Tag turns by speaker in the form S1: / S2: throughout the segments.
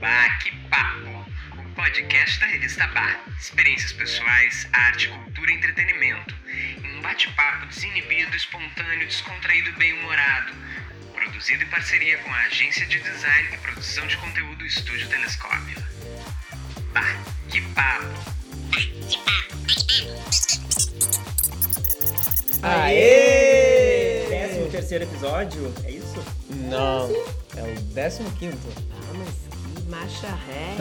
S1: Bah, que papo! O podcast da revista Bah. Experiências pessoais, arte, cultura e entretenimento. Em um bate-papo desinibido, espontâneo, descontraído e bem-humorado. Produzido em parceria com a agência de design e produção de conteúdo Estúdio Telescópio. Bah, que papo!
S2: Aê! É Décimo terceiro episódio, é isso?
S3: Não, é o décimo quinto.
S4: Ah, mas que marcha ré.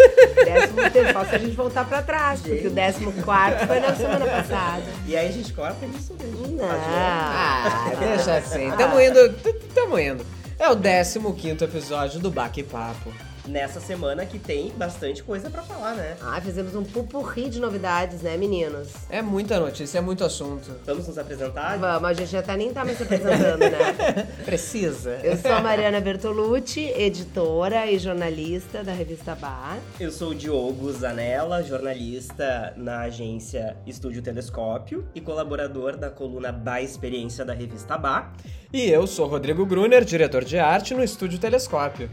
S4: décimo terceiro, só se a gente voltar pra trás, porque o décimo quarto foi na semana passada.
S2: E aí a gente corta isso mesmo.
S4: Não.
S3: Ah,
S4: tá.
S3: deixa assim. Tamo indo, t- t- tamo indo. É o décimo quinto episódio do Baque Papo.
S2: Nessa semana que tem bastante coisa pra falar, né?
S4: Ah, fizemos um pupurri de novidades, né, meninos?
S3: É muita notícia, é muito assunto.
S2: Vamos nos apresentar?
S4: Vamos, a gente já tá nem tá mais se apresentando, né?
S3: Precisa.
S4: Eu sou a Mariana Bertolucci, editora e jornalista da revista Bar.
S2: Eu sou o Diogo Zanella, jornalista na agência Estúdio Telescópio e colaborador da coluna Ba Experiência da revista Ba.
S3: E eu sou Rodrigo Gruner, diretor de arte no Estúdio Telescópio.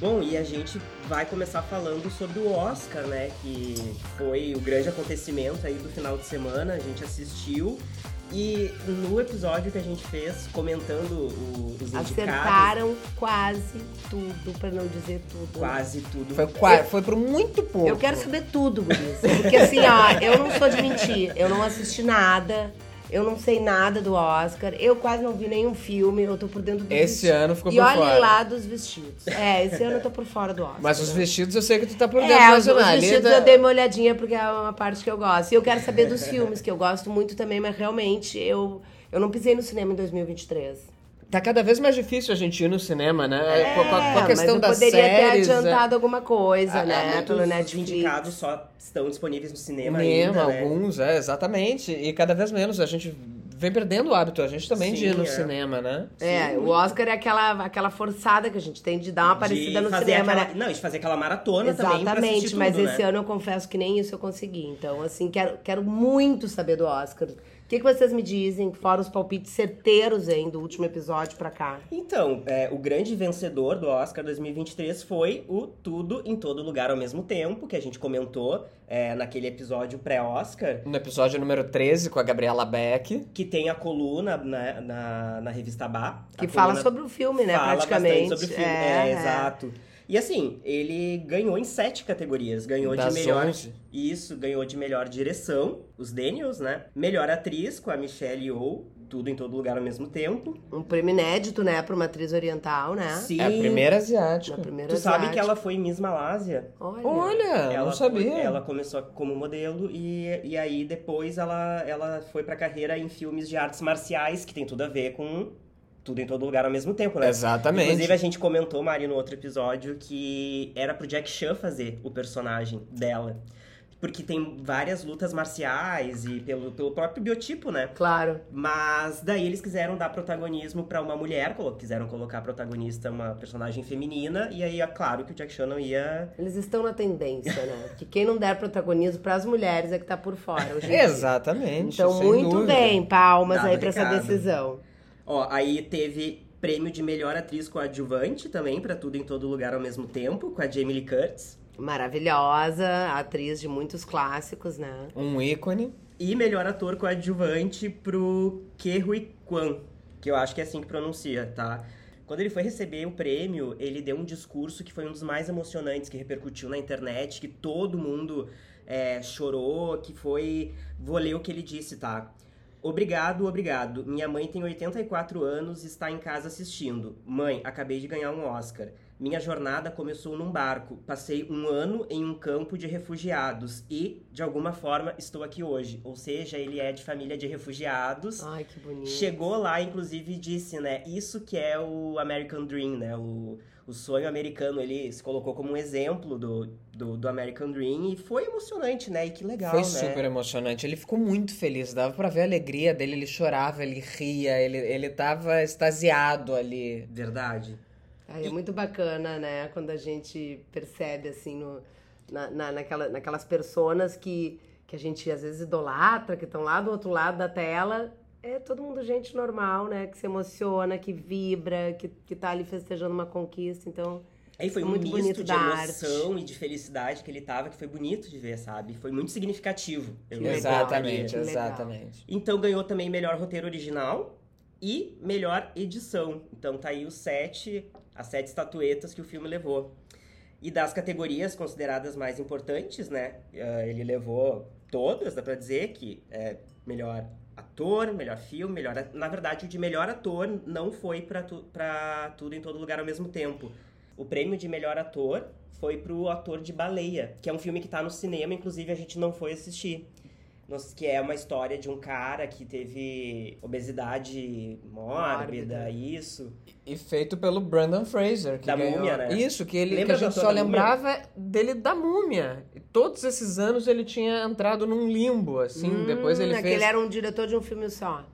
S2: Bom, e a gente vai começar falando sobre o Oscar, né? Que foi o grande acontecimento aí do final de semana, a gente assistiu. E no episódio que a gente fez, comentando o- os indicados,
S4: Acertaram quase tudo, pra não dizer tudo. né?
S2: quase tudo.
S3: Foi, qua- foi por muito pouco.
S4: Eu quero saber tudo, Guris. Porque assim, ó, eu não sou de mentir. Eu não assisti nada. Eu não sei nada do Oscar. Eu quase não vi nenhum filme. Eu tô por dentro do
S3: Esse ano ficou
S4: E
S3: por
S4: olha
S3: fora.
S4: lá dos vestidos. É, esse ano eu tô por fora do Oscar.
S3: Mas os vestidos eu sei que tu tá por dentro.
S4: é, os,
S3: mas,
S4: os
S3: ah, ali
S4: vestidos
S3: da-
S4: eu dei uma olhadinha porque é uma parte que eu gosto. E eu quero saber dos filmes, que eu gosto muito também, mas realmente eu, eu não pisei no cinema em 2023.
S3: Tá cada vez mais difícil a gente ir no cinema, né?
S4: É,
S3: com, a- com a, com a questão
S4: mas eu
S3: das
S4: poderia
S3: séries.
S4: ter
S3: né?
S4: adiantado alguma coisa,
S3: Ah,
S4: né?
S2: Muitos
S4: Pelo
S2: dos
S4: Netflix.
S2: indicados só estão disponíveis no cinema
S3: Mesmo,
S2: ainda, né?
S3: alguns, é, exatamente. E cada vez menos a gente vem perdendo o hábito, a gente também de ir
S2: Sim,
S3: no
S2: é.
S3: cinema, né?
S4: É, o Oscar é aquela, aquela forçada que a gente tem de dar uma parecida
S2: de
S4: no
S2: fazer
S4: cinema,
S2: aquela,
S4: né?
S2: Não, de fazer aquela maratona também pra
S4: Exatamente,
S2: assistir
S4: mas
S2: tudo,
S4: esse
S2: né?
S4: ano eu confesso que nem isso eu consegui. Então, assim, quero, quero muito saber do Oscar. O que, que vocês me dizem, fora os palpites certeiros, hein, do último episódio pra cá?
S2: Então, é, o grande vencedor do Oscar 2023 foi o Tudo em Todo Lugar ao Mesmo Tempo, que a gente comentou é, naquele episódio pré-Oscar,
S3: No episódio número 13 com a Gabriela Beck.
S2: que tem a coluna na, na, na revista Bá.
S4: Que
S2: a
S4: fala
S2: coluna
S4: sobre o filme, né,
S2: fala
S4: praticamente.
S2: bastante sobre o filme. É, exato. E assim, ele ganhou em sete categorias. Ganhou
S3: das
S2: de melhor
S3: 11.
S2: Isso, ganhou de melhor direção, os Daniels, né? Melhor atriz, com a Michelle Yeoh, tudo em todo lugar ao mesmo tempo.
S4: Um prêmio inédito, né, pra uma atriz oriental, né?
S2: Sim,
S3: É a primeira
S4: Na
S3: asiática.
S4: primeira
S2: tu sabe
S4: asiática.
S2: que ela foi Miss Malásia.
S4: Olha,
S3: Olha,
S2: ela
S3: Ah, não
S2: foi-
S3: sabia.
S2: ela começou como modelo e, e aí depois ela, ela foi pra carreira em filmes de artes marciais, que tem tudo a ver com tudo em todo lugar ao mesmo tempo, né?
S3: Exatamente.
S2: Inclusive, a gente comentou, Mari, no outro episódio, que era pro Jack Chan fazer o personagem dela. Porque tem várias lutas marciais e pelo, pelo próprio biotipo, né?
S4: claro.
S2: Mas daí eles quiseram dar protagonismo pra uma mulher, colo- quiseram colocar protagonista uma personagem feminina, e aí é claro que o Jack Chan não ia.
S4: Eles estão na tendência, né? Que quem não der protagonismo pras mulheres é que tá por fora. hoje em dia.
S3: Exatamente.
S4: Então,
S3: sem
S4: muito
S3: dúvida. Tá
S4: bem, palmas
S2: Dado
S4: aí pra essa
S2: recado.
S4: decisão.
S2: Ó, aí teve prêmio de melhor atriz coadjuvante também, pra tudo em todo lugar ao mesmo tempo, com a Jamie Lee Curtis.
S4: Maravilhosa, atriz de muitos clássicos, né?
S3: Um ícone.
S2: E melhor ator coadjuvante pro Kehui Kwan, que eu acho que é assim que pronuncia, tá? Quando ele foi receber o prêmio, ele deu um discurso que foi um dos mais emocionantes, que repercutiu na internet, que todo mundo é, chorou, que foi... Vou ler o que ele disse, tá? Obrigado, obrigado. Minha mãe tem 84 anos e está em casa assistindo. Mãe, acabei de ganhar um Oscar. Minha jornada começou num barco. Passei um ano em um campo de refugiados e, de alguma forma, estou aqui hoje. Ou seja, ele é de família de refugiados.
S4: Ai, que bonito.
S2: Chegou lá, inclusive, e disse, né? Isso que é o American Dream, né? O, o sonho americano. Ele se colocou como um exemplo do, do, do American Dream e foi emocionante, né? E que legal,
S3: Foi
S2: né?
S3: super emocionante. Ele ficou muito feliz. Dava pra ver a alegria dele. Ele chorava, ele ria, ele, ele tava extasiado ali.
S2: Verdade.
S4: Ai, é muito bacana, né? Quando a gente percebe, assim, no, na, na- naquela- naquelas personas que, que a gente às vezes idolatra, que estão lá do outro lado da tela. É todo mundo gente normal, né? Que se emociona, que vibra, que, que tá ali festejando uma conquista. Então,
S2: Aí foi um
S4: Muito
S2: misto
S4: bonito
S2: de
S4: da
S2: emoção e de felicidade que ele tava, que foi bonito de ver, sabe? Foi muito significativo. eu
S4: legal,
S3: Exatamente,
S4: que legal.
S3: exatamente.
S2: Então ganhou também melhor roteiro original e melhor edição. Então tá aí os sete, as sete estatuetas que o filme levou. E das categorias consideradas mais importantes, né? eh, Ele levou todas, dá pra dizer que é melhor ator, melhor filme, melhor. Na verdade, o de melhor ator não foi pra, tu- pra tudo em todo lugar ao mesmo tempo. O prêmio de melhor ator foi pro ator de Baleia, que é um filme que tá no cinema, inclusive a gente não foi assistir. Nos- que é uma história de um cara que teve obesidade mórbida,
S4: Mórbida.
S2: isso.
S3: E feito pelo Brandon Fraser, que
S2: Da
S3: ganhou...
S2: Múmia, né?
S3: Isso, que, ele, que
S2: Lembra
S3: a
S2: do
S3: gente
S2: ator
S3: só
S2: da Múmia?
S3: lembrava dele da múmia. E todos esses anos ele tinha entrado num limbo, assim. depois ele
S4: Hum, é que
S3: fez.
S4: Ele era um diretor de um filme só.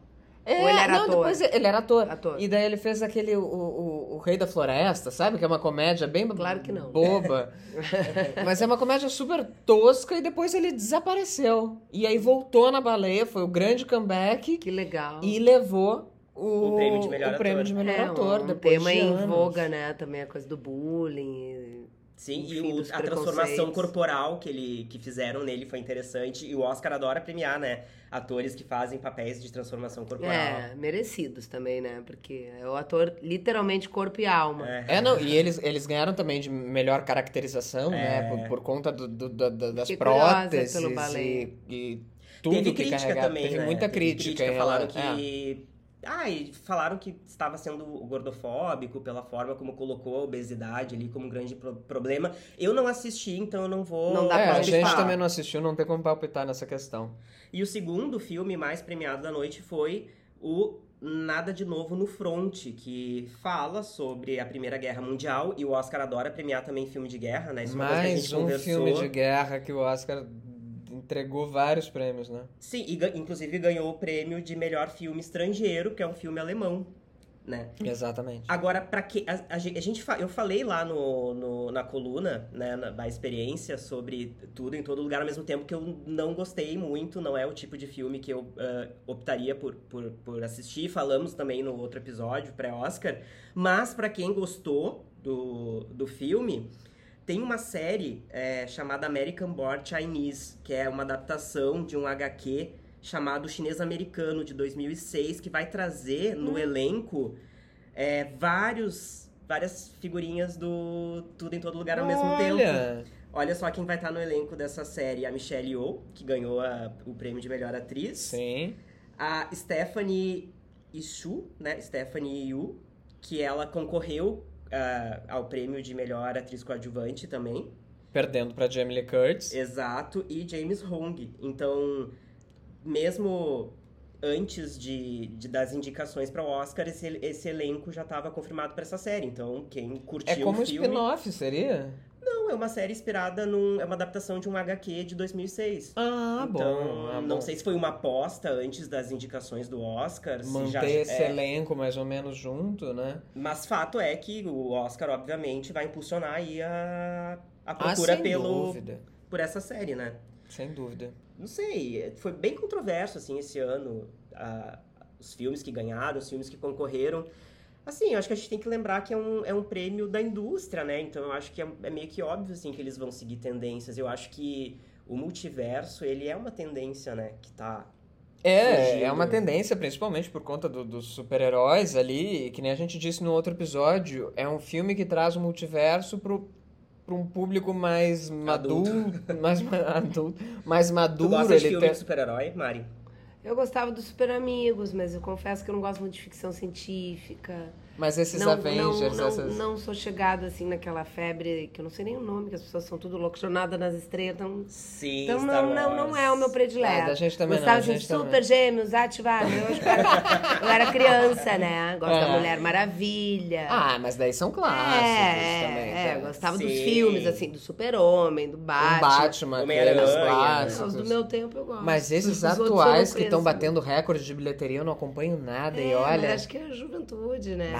S3: É,
S4: Ou ele era
S3: não,
S4: ator?
S3: depois ele era ator.
S4: Ator.
S3: E daí ele fez aquele o, o, o Rei da Floresta, sabe? Que é uma comédia bem
S4: Claro que não.
S3: boba. Mas é uma comédia super tosca e depois ele desapareceu. E aí voltou na baleia, foi o grande comeback
S4: Que legal.
S3: e levou o,
S2: O prêmio de melhor
S3: o prêmio
S2: ator.
S3: de melhor
S4: é,
S3: ator
S4: um
S3: depois
S4: tema
S3: de
S4: em
S3: anos.
S4: voga, né? Também a coisa do bullying.
S2: Sim,
S4: O
S2: e
S4: fim
S2: o-
S4: dos
S2: a transformação
S4: preconceitos.
S2: corporal que, ele, que fizeram nele foi interessante. E o Oscar adora premiar, né? Atores que fazem papéis de transformação corporal.
S4: É, merecidos também, né? Porque é o ator literalmente corpo e alma.
S2: É.
S3: É, não, e eles, eles ganharam também de melhor caracterização, né?
S2: É.
S3: Por, por conta do- do- da- da- das
S4: Fiquei curiosa
S3: próteses
S4: pelo balé.
S3: e, e tudo
S2: Teve
S3: que
S2: crítica
S3: carregava.
S2: também,
S3: Teve
S2: né?
S3: muita crítica. em
S2: falaram
S3: relação- é.
S2: que... Ah, e falaram que estava sendo gordofóbico pela forma como colocou a obesidade ali como um grande pro- problema. Eu não assisti, então eu não vou...
S4: Não dá
S3: É,
S4: pra
S3: a
S2: palpitar.
S3: gente também não assistiu, não tem como palpitar nessa questão.
S2: E o segundo filme mais premiado da noite foi o Nada de Novo no Front, que fala sobre a Primeira Guerra Mundial. E o Oscar adora premiar também filme de guerra, né? Isso é uma coisa que a
S3: Mais
S2: gente
S3: um
S2: conversou.
S3: filme de guerra que o Oscar entregou vários prêmios, né?
S2: Sim, e, ga- inclusive ganhou o prêmio de melhor filme estrangeiro, que é um filme alemão, né?
S3: Exatamente.
S2: Agora, para que a, a gen- a gente fa- eu falei lá no, no- na coluna, né, na, da experiência sobre tudo em todo lugar ao mesmo tempo que eu não gostei muito, não é o tipo de filme que eu ah, optaria por, por, por assistir. Falamos também no outro episódio pré-Oscar, mas para quem gostou do, do filme, tem uma série eh, chamada American Born Chinese, que é uma adaptação de um HQ chamado Chinês Americano de 2006, que vai trazer no elenco eh, vários várias figurinhas do Tudo em Todo Lugar ao mesmo tempo.
S3: Olha,
S2: Olha só quem vai estar no elenco dessa série: a Michelle Yeoh, que ganhou a- o prêmio de melhor atriz.
S3: sim.
S2: A Stephanie Isu, né? Stephanie Yu, que ela concorreu ah, ao prêmio de melhor atriz coadjuvante também.
S3: Perdendo pra Jamie Lee Curtis.
S2: Exato. E James Hong. Então, mesmo antes de, de- das indicações para o Oscar, esse, esse elenco já estava confirmado para essa série. Então, quem curtiu
S3: É como
S2: o
S3: um
S2: filme...
S3: spin-off, seria?
S2: Não, é uma série inspirada num... É uma adaptação de um HQ de 2006.
S3: Ah, bom.
S2: então,
S3: ah,
S2: não
S3: bom.
S2: sei se foi uma aposta antes das indicações do Oscar. se já,
S3: Manter esse
S2: é,
S3: elenco mais ou menos junto, né?
S2: Mas fato é que o Oscar, obviamente, vai impulsionar aí a, a procura
S3: ah, sem
S2: pelo,
S3: dúvida.
S2: por essa série, né?
S3: Sem dúvida.
S2: Não sei, é, foi bem controverso, assim, esse ano. a- os filmes que ganharam, os filmes que concorreram. Assim, eu acho que a gente tem que lembrar que é um, é um prêmio da indústria, né? Então eu acho que é, é meio que óbvio, assim, que eles vão seguir tendências. Eu acho que o multiverso, ele é uma tendência, né? Que tá...
S3: É,
S2: surgindo.
S3: é uma tendência, principalmente por conta do- dos super-heróis ali, e que nem a gente disse no outro episódio, é um filme que traz o multiverso pro, pro um público mais
S2: Adulto.
S3: maduro, mais ma- adulto, mais
S2: Tu
S3: maduro,
S2: gosta
S3: ele
S2: de
S3: tá
S2: filme
S3: tem-
S2: de super-herói, Mari?
S4: Eu gostava dos Super Amigos, mas eu confesso que eu não gosto muito de ficção científica.
S3: mas esses
S4: não,
S3: Avengers,
S4: não,
S3: essas...
S4: não, não sou chegada assim naquela febre que eu não sei nem o nome, que as pessoas são tudo loucas, jornada nas estrelas. Então,
S2: Sim,
S4: então
S2: Star
S4: não, não, não é o meu
S2: Wars.
S4: predileto.
S3: Ah, da gente também não,
S4: Gostava
S3: a
S4: de
S3: gente
S4: super
S3: também.
S4: gêmeos ativados. Eu, acho que era- eu era criança, né? Gosto da
S3: É.
S4: Mulher Maravilha.
S3: Ah, mas daí são clássicos
S4: é,
S3: também,
S4: é,
S3: tá?
S4: eu gostava dos
S2: Sim.
S4: filmes, assim, do Super-Homem, do
S3: Um
S4: Batman.
S3: Batman,
S2: Homem-Aranha,
S3: aqueles
S2: né?
S4: Não,
S3: clássicos.
S4: os do meu tempo eu gosto.
S3: Mas esses
S4: Os outros eu não
S3: atuais que estão
S4: conheço.
S3: batendo recorde de bilheteria, eu não acompanho nada, e
S4: É, mas
S3: olha... Ah.
S4: acho que é a juventude, né?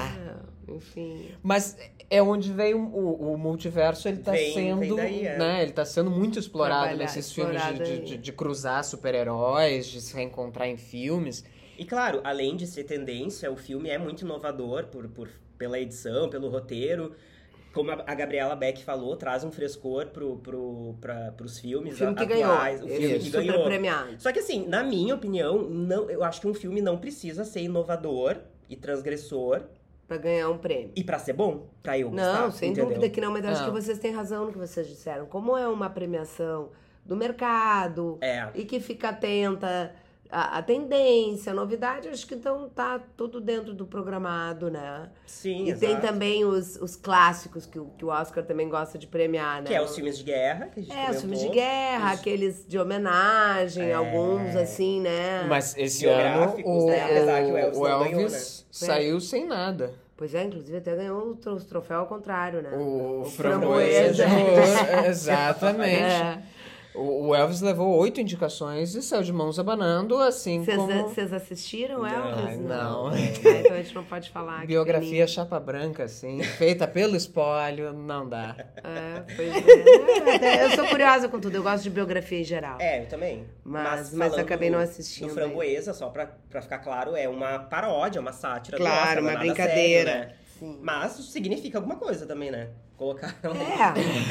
S4: Enfim.
S3: Mas é onde veio o, o multiverso, ele tá
S2: Vem-
S3: sendo,
S2: vem daí, é.
S3: né, ele tá sendo muito explorado
S4: Trabalhar,
S3: nesses
S4: explorado
S3: filmes de- de,
S4: aí.
S3: de- de cruzar super-heróis, de se reencontrar em filmes.
S2: E claro, além de ser tendência, o filme é muito inovador por, por, pela edição, pelo roteiro. como a, a Gabriela Beck falou, traz um frescor pro, pro, pra, pros filmes
S4: O filme que ganhou.
S2: atuais. O filme
S4: Esse
S2: que
S4: super
S2: ganhou.
S4: premiado.
S2: Só que assim, na minha opinião, não, eu acho que um filme não precisa ser inovador e transgressor
S4: Pra ganhar um prêmio.
S2: e pra ser bom, pra eu
S4: Não,
S2: gostar,
S4: sem
S2: entendeu?
S4: dúvida que não, mas eu acho
S3: Não.
S4: que vocês têm razão no que vocês disseram. Como é uma premiação do mercado
S2: É.
S4: e que fica atenta à, à tendência, à novidade, acho que então tá tudo dentro do programado, né?
S2: Sim,
S4: e tem
S2: exato.
S4: também os, os clássicos que, o- que o Oscar também gosta de premiar, né?
S2: Que é os filmes de guerra, que a gente
S4: É, os filmes de
S2: comentou. É.
S4: guerra, aqueles de homenagem, alguns assim, né?
S3: Mas esse ano
S2: Biográficos,
S3: o,
S2: né? Apesar que o Elvis
S3: o
S2: não ganhou, né?
S3: Elvis saiu sem nada.
S4: Pois é, inclusive até ganhou o tro- troféu ao contrário, né?
S3: O framboesa.
S4: framboesa. É.
S3: Exatamente. O o Elvis levou oito indicações e saiu de mãos abanando, assim
S4: Vocês
S3: como
S4: vocês assistiram
S2: Não,
S4: Elvis?
S3: não.
S4: Ah, então a gente não pode falar. que
S3: biografia chapa branca, assim, feita pelo espólio, não dá.
S4: tem- É, pois é. É, até- Eu sou curiosa com tudo, eu gosto de biografia em geral.
S2: É, eu também.
S4: Mas- mas
S2: falando
S4: acabei não
S2: do-
S4: assistindo
S2: Do Framboesa, só pra, pra ficar claro, é uma paródia, uma sátira do
S4: Claro,
S2: Oscar, não
S4: uma
S2: é nada
S4: brincadeira.
S2: sério, né? Mas isso significa alguma coisa também, né? Colocaram.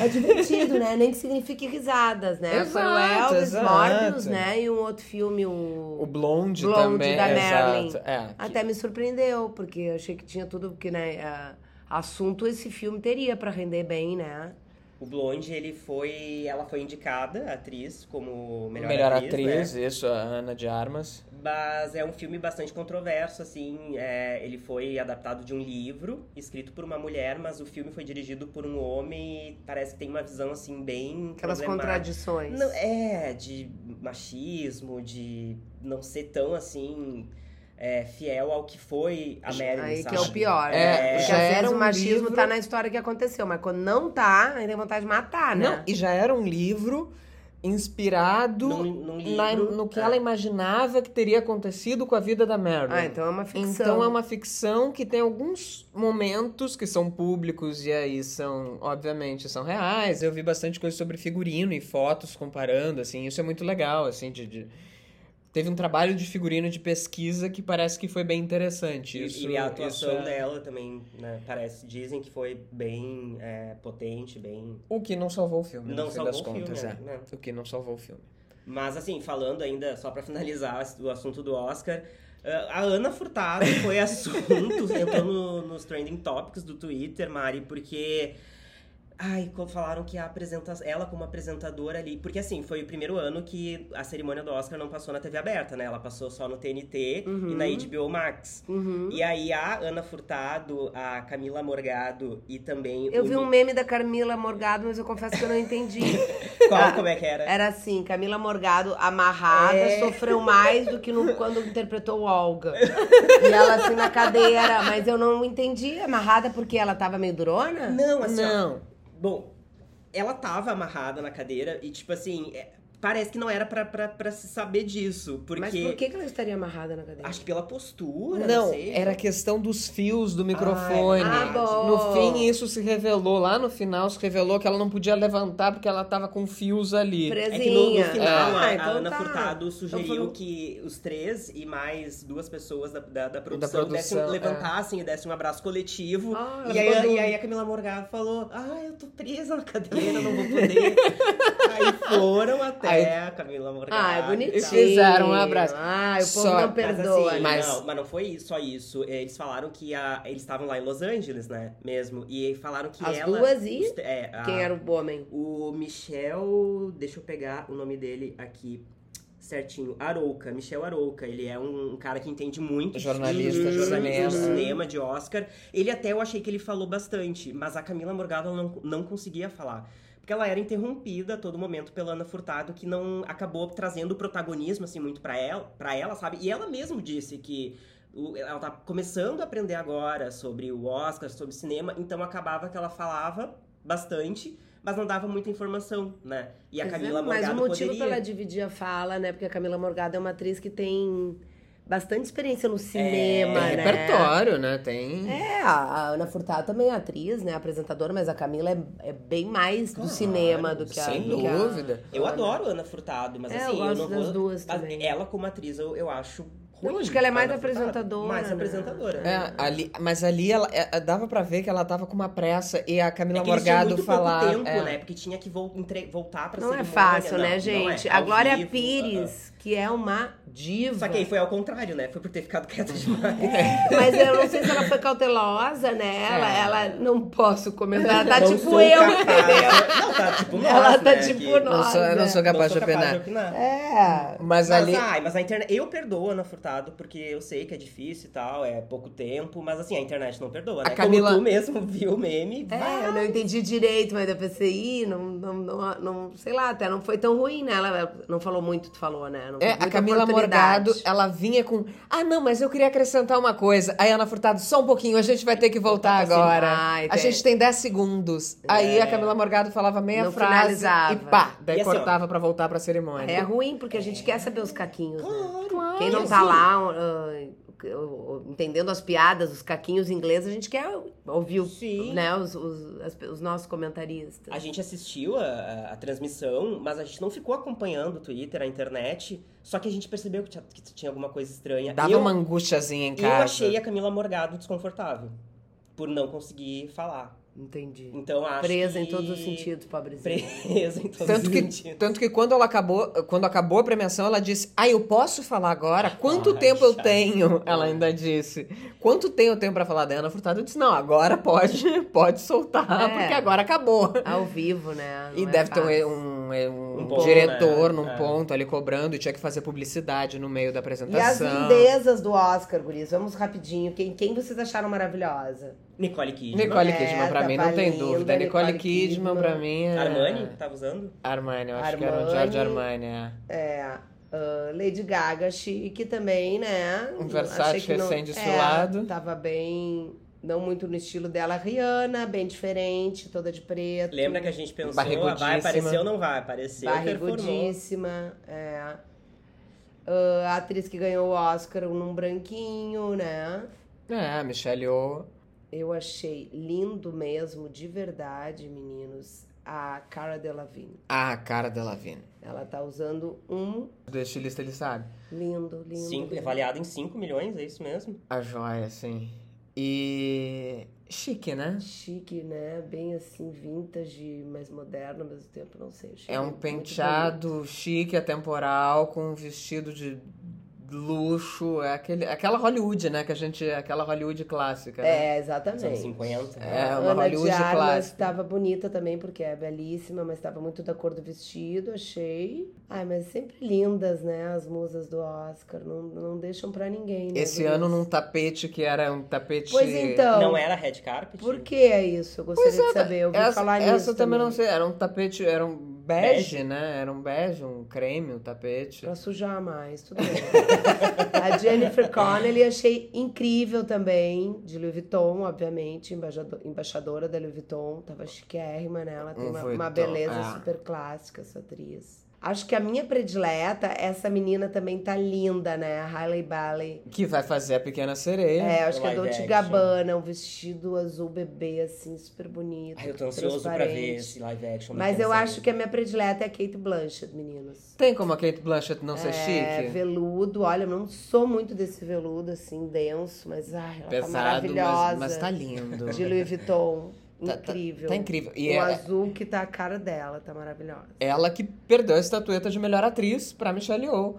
S4: É, é divertido, né? Nem que signifique risadas, né? Foi o
S3: Exato,
S4: Elvis,
S3: exato.
S4: Morbius, né? E um outro filme,
S3: O Blonde,
S4: Blonde
S3: também.
S4: da Marilyn.
S3: exato. É, que-
S4: Até me surpreendeu, porque eu achei que tinha tudo, porque, né, a- assunto esse filme teria pra render bem, né?
S2: O Blonde, ele foi. Ela foi indicada, atriz, como melhor,
S3: melhor
S2: atriz. né?
S3: atriz, isso, a Ana de Armas.
S2: Mas é um filme bastante controverso, assim. é, ele foi adaptado de um livro, escrito por uma mulher, mas o filme foi dirigido por um homem e parece que tem uma visão, assim, bem.
S4: Aquelas
S2: problemática.
S4: contradições.
S2: Não, é, de machismo, de não ser tão assim. é, fiel ao que foi a Marilyn,
S4: Aí que
S2: sabe?
S4: é o pior, né?
S3: É,
S4: Porque
S3: já
S4: às
S3: era
S4: vezes o
S3: um
S4: machismo
S3: livro-
S4: tá na história que aconteceu, mas quando não tá, aí tem vontade de matar, né?
S3: Não, e já era um livro inspirado
S2: Num- num
S3: na-
S2: livro,
S3: no que
S2: é.
S3: ela imaginava que teria acontecido com a vida da Marilyn.
S4: Ah, então é uma ficção.
S3: Então é uma ficção que tem alguns momentos que são públicos e aí são, obviamente, são reais. Eu vi bastante coisa sobre figurino e fotos comparando, assim, isso é muito legal, assim, de... de- Teve um trabalho de figurino de pesquisa que parece que foi bem interessante.
S2: E-
S3: Isso,
S2: e a atuação
S3: isso é-
S2: dela também, né, Parece, dizem que foi bem é, potente, bem.
S3: O que não salvou o filme,
S2: Não
S3: no fim
S2: salvou
S3: das
S2: o filme,
S3: contas.
S2: né?
S3: é. O que não salvou o filme.
S2: Mas assim, falando ainda, só pra finalizar o assunto do Oscar, eh, a Ana Furtado foi assunto, entrou no- nos trending topics do Twitter, Mari, porque. Ai, co- falaram que a apresenta ela como apresentadora ali. Porque assim, foi o primeiro ano que a cerimônia do Oscar não passou na TV aberta, né? Ela passou só no TNT e na HBO Max.
S4: Uhum.
S2: E aí a Ana Furtado, a Camila Morgado e também
S4: Eu
S2: o
S4: vi um meme da Camila Morgado, mas eu confesso que eu não entendi.
S2: Qual,
S4: Ah,
S2: como é que era?
S4: Era assim, Camila Morgado, amarrada,
S2: É.
S4: sofreu mais do que no- quando interpretou Olga. E ela assim na cadeira, mas eu não entendi. Amarrada porque ela tava meio durona?
S2: Não, assim, ó,
S3: Não.
S2: Bom, ela tava amarrada na cadeira e, tipo assim, é, parece que não era pra, pra, pra se saber disso. Porque.
S4: Mas por que, que ela estaria amarrada na cadeira?
S2: Acho que pela postura, não,
S3: Não,
S2: sei. É
S3: era a questão dos fios do microfone.
S2: Ah, é
S4: verdade.
S3: no fim, isso se revelou. Lá no final, se revelou que ela não podia levantar porque ela tava com fios ali.
S2: É
S4: Presinha.
S2: que no, no final,
S4: Ah,
S2: a, a
S4: então
S2: Ana
S4: tá.
S2: Furtado sugeriu
S4: foram-
S2: que os três e mais duas pessoas da, da, da produção,
S3: produção,
S2: dessem-
S3: é.
S2: levantassem e dessem um abraço coletivo.
S4: Ah,
S2: e,
S4: ela
S2: aí,
S4: mandou-
S2: e aí a Camila Morgado falou: Ah, eu tô presa na cadeira, não vou poder. aí foram até
S3: Aí-
S2: a Camila Morgado.
S4: Ah, é
S2: e
S4: bonitinho.
S3: E fizeram um abraço.
S4: Ah, o povo
S3: Só-
S4: não perdoa. né?
S2: Mas, assim,
S3: Mas-
S2: Não, mas não foi isso- só isso. Eles falaram que a, eles estavam lá em Los Angeles, né? Mesmo. E falaram que
S4: As
S2: ela.
S4: duas e?
S2: os- é, a-
S4: Quem era o homem?
S2: o Michel. Deixa eu pegar o nome dele aqui certinho. Arouca, Michel Arouca. Ele é um, cara que entende muito. de
S3: Jornalista
S2: filme,
S3: de
S2: jornalista de
S3: cinema.
S2: cinema, de Oscar. Ele até eu achei que ele falou bastante, mas a Camila Morgado ela não, não conseguia falar. Porque ela era interrompida a todo momento pela Ana Furtado, que não acabou trazendo o protagonismo, assim, muito pra ela, pra ela sabe? E ela mesma disse que o- ela tá começando a aprender agora sobre o Oscar, sobre cinema, então acabava que ela falava bastante, mas não dava muita informação, né? E a
S4: Pois é,
S2: Camila
S4: Mas o
S2: Morgado
S4: motivo
S2: poderia...
S4: pra ela dividir a fala, né? Porque a Camila Morgado é uma atriz que tem bastante experiência
S2: É.
S4: no cinema,
S3: Tem É
S4: né?
S3: repertório, né? Tem.
S4: É, a a Ana Furtado também é atriz, né? Apresentadora, mas a Camila é, é bem mais do
S2: Claro,
S4: cinema do que a.
S3: sem
S4: do que a-
S3: dúvida.
S2: Eu
S4: Ana.
S2: adoro Ana Furtado, mas
S4: É, eu
S2: assim, eu,
S4: gosto
S2: não
S4: das
S2: vou.
S4: duas
S2: mas
S4: também.
S2: ela como atriz eu, eu acho ruim.
S4: Eu acho que ela é mais
S2: Ana Furtado.
S4: apresentadora,
S2: Mais
S4: né?
S2: apresentadora.
S3: É, ali, mas ali ela é, dava pra ver que ela tava com uma pressa e a Camila
S2: É que eles tinham
S3: Morgado
S2: muito
S3: falar.
S2: pouco tempo,
S3: é.
S2: né? Porque tinha que vol- entre- voltar pra
S4: Não é
S2: cerimônia.
S4: fácil,
S2: Não,
S4: né,
S2: não
S4: gente?
S2: é.
S4: A
S2: Ao
S4: Glória
S2: vivo,
S4: Pires, que é uma
S2: ah, ah.
S4: diva.
S2: Só que aí foi ao contrário, né? Foi por ter ficado quieta demais.
S4: Mas eu não sei se ela foi cautelosa, né? Ela,
S3: É.
S4: ela não posso comentar. Ela tá
S2: Não
S4: tipo
S2: sou
S4: eu.
S2: capaz. Não, tá tipo nós,
S4: Ela tá
S2: né,
S4: tipo
S2: que-
S4: nós.
S3: Não sou, eu não
S4: né?
S3: sou capaz de
S2: sou
S3: opinar.
S2: opinar.
S4: É.
S3: Mas,
S2: Mas,
S3: ali.
S2: ai, mas a internet. Eu perdoo a Ana Furtado, porque eu sei que é difícil e tal, é pouco tempo, mas assim, a internet não perdoa,
S3: A
S2: né?
S3: Camila-
S2: Como tu mesmo viu o meme,
S4: É,
S2: vai. né?
S4: eu não entendi direito, mas da PCI, não, não, não, não- sei lá, até não foi tão ruim, né? Ela- Ela não falou muito, tu falou, né? Não
S3: É,
S4: teve
S3: a
S4: muita
S3: Camila
S4: oportunidade.
S3: Morgado, ela vinha com. Ah, não, mas eu queria acrescentar uma coisa. Aí, Ana Furtado, só um pouquinho, a gente vai ter que voltar
S4: Assim,
S3: agora.
S4: ai,
S3: a
S4: tem- É.
S3: gente tem 10 segundos. Aí a Camila Morgado falava meia
S4: Não
S3: frase
S4: finalizava.
S3: e pá, daí
S2: E assim, ó.
S3: cortava pra voltar pra cerimônia.
S4: É ruim, porque a gente quer saber os caquinhos, né?
S2: Claro.
S4: Quem não tá lá ah, ah, entendendo as piadas, os caquinhos em inglês, a gente quer ouvir o-
S2: Sim.
S4: né, os, os- as- os nossos comentaristas.
S3: Então.
S2: A gente assistiu a, a- a transmissão, mas a gente não ficou acompanhando o Twitter, a internet. Só que a gente percebeu que tinha, que tinha alguma coisa estranha.
S3: Dava
S2: eu,
S3: uma angustiazinha em
S2: eu
S3: casa.
S2: achei a Camila Morgado desconfortável por não conseguir falar.
S4: Entendi.
S2: Então acho
S4: Presa em
S2: que...
S4: todos os sentidos, pobrezinha.
S2: Presa em todos
S3: Tanto
S2: os
S3: que,
S2: sentidos.
S3: tanto que quando ela acabou, quando acabou a premiação, ela disse: Ah, eu posso falar agora? Quanto
S2: Ai,
S3: tempo eu
S2: chata.
S3: tenho? Ela ainda disse. Quanto tem eu tenho pra falar da Ana Furtado? Eu disse: Não, agora pode, pode soltar,
S4: É.
S3: porque agora acabou.
S4: Ao vivo, né?
S3: E
S4: Não é
S3: deve ter
S4: fácil.
S3: um, um- um
S2: Um ponto,
S3: diretor
S2: né?
S3: num
S2: É.
S3: ponto ali cobrando e tinha que fazer publicidade no meio da
S4: E as
S3: apresentação.
S4: lindezas do Oscar, Guris. Vamos rapidinho. Quem, quem vocês acharam maravilhosa?
S2: Nicole Kidman. tá.
S3: Nicole
S4: É,
S3: Kidman, pra mim, não
S4: tava
S3: tem
S4: linda,
S3: dúvida. Nicole,
S4: né? Nicole
S3: Kidman,
S4: Kidman.
S3: pra mim, é...
S2: Armani, tava usando?
S3: Armani, eu acho que era o
S4: Armani.
S3: George Armani, é.
S4: É. ah, Lady Gaga, chique também, né?
S3: Um Versace
S4: Achei que não-
S3: recém-desfilado.
S4: É, tava bem. Não muito no estilo dela. Rihanna, bem diferente, toda de preto.
S2: Lembra que a gente pensou,
S3: Barrigudíssima.
S2: ah, vai aparecer ou não vai? Apareceu, performou.
S4: Barrigudíssima. É. Ah, a atriz que ganhou o Oscar um num branquinho, né?
S3: É, Michelle Yeoh.
S4: Eu achei lindo mesmo, de verdade, meninos, a Cara Delevingne.
S3: Ah, cara Delevingne.
S4: Ela tá usando um
S3: Do estilista, ele sabe.
S4: lindo, lindo.
S2: Cinco,
S4: lindo.
S2: é avaliado em 5 milhões, é isso mesmo?
S3: A joia, assim. E... Chique, né?
S4: Chique, né? Bem assim, vintage, mas moderno ao mesmo tempo, não sei. achei
S3: É um
S4: muito
S3: penteado chique, atemporal, com um vestido de luxo. É aquele, aquela Hollywood, né? Que a gente. Aquela Hollywood clássica.
S4: bonito.
S3: né?
S4: É,
S2: São
S4: exatamente.
S2: 50.
S3: É, uma
S4: Ana de
S3: Hollywood
S4: Armas
S3: clássica.
S4: estava bonita também, porque é belíssima, mas estava muito da cor do vestido, achei. Ai, mas sempre lindas, né? As musas do Oscar, não, não deixam pra ninguém. Né,
S3: Esse
S4: gurias?
S3: ano num tapete que era um tapete.
S4: Pois então.
S2: Não é era red carpet?
S4: Por que é isso? Eu gostaria de saber. Eu ouvi
S3: Essa,
S4: falar
S3: essa
S4: nisso.
S3: eu também não sei. Era um tapete. Era um bege, né? Era um bege, um creme, um tapete.
S4: Pra sujar mais, tudo bem. a Jennifer Connelly achei incrível também, de Louis Vuitton, obviamente, embaixado- embaixadora da Louis Vuitton. Tava chiquérrima, né? Ela tem uma,
S3: Louis
S4: uma
S3: Vuitton,
S4: beleza
S3: é.
S4: super clássica, essa atriz. Acho que a minha predileta, essa menina também tá linda, né? A Hailey Bailey.
S3: Que vai fazer a pequena sereia.
S4: É, eu acho que é
S2: Live
S4: Dolce
S2: action.
S4: Gabbana, um vestido azul bebê, assim, super bonito.
S2: Ai, eu tô ansioso pra ver
S4: transparente.
S2: esse live action.
S4: Mas
S3: é
S4: eu acho que a minha predileta é a Kate Blanchett, meninos.
S3: Tem como a Kate Blanchett não ser
S4: É,
S3: chique?
S4: veludo. Olha, eu não sou muito desse veludo, assim, denso, mas ai, ela tá
S3: Pesado,
S4: maravilhosa.
S3: mas, mas tá lindo.
S4: De Louis Vuitton.
S3: Tá- tá-
S4: Incrível.
S3: tá incrível. E
S4: o
S3: é-
S4: azul que tá a cara dela, tá maravilhosa.
S3: Ela que perdeu a estatueta de melhor atriz pra Michelle Yeoh.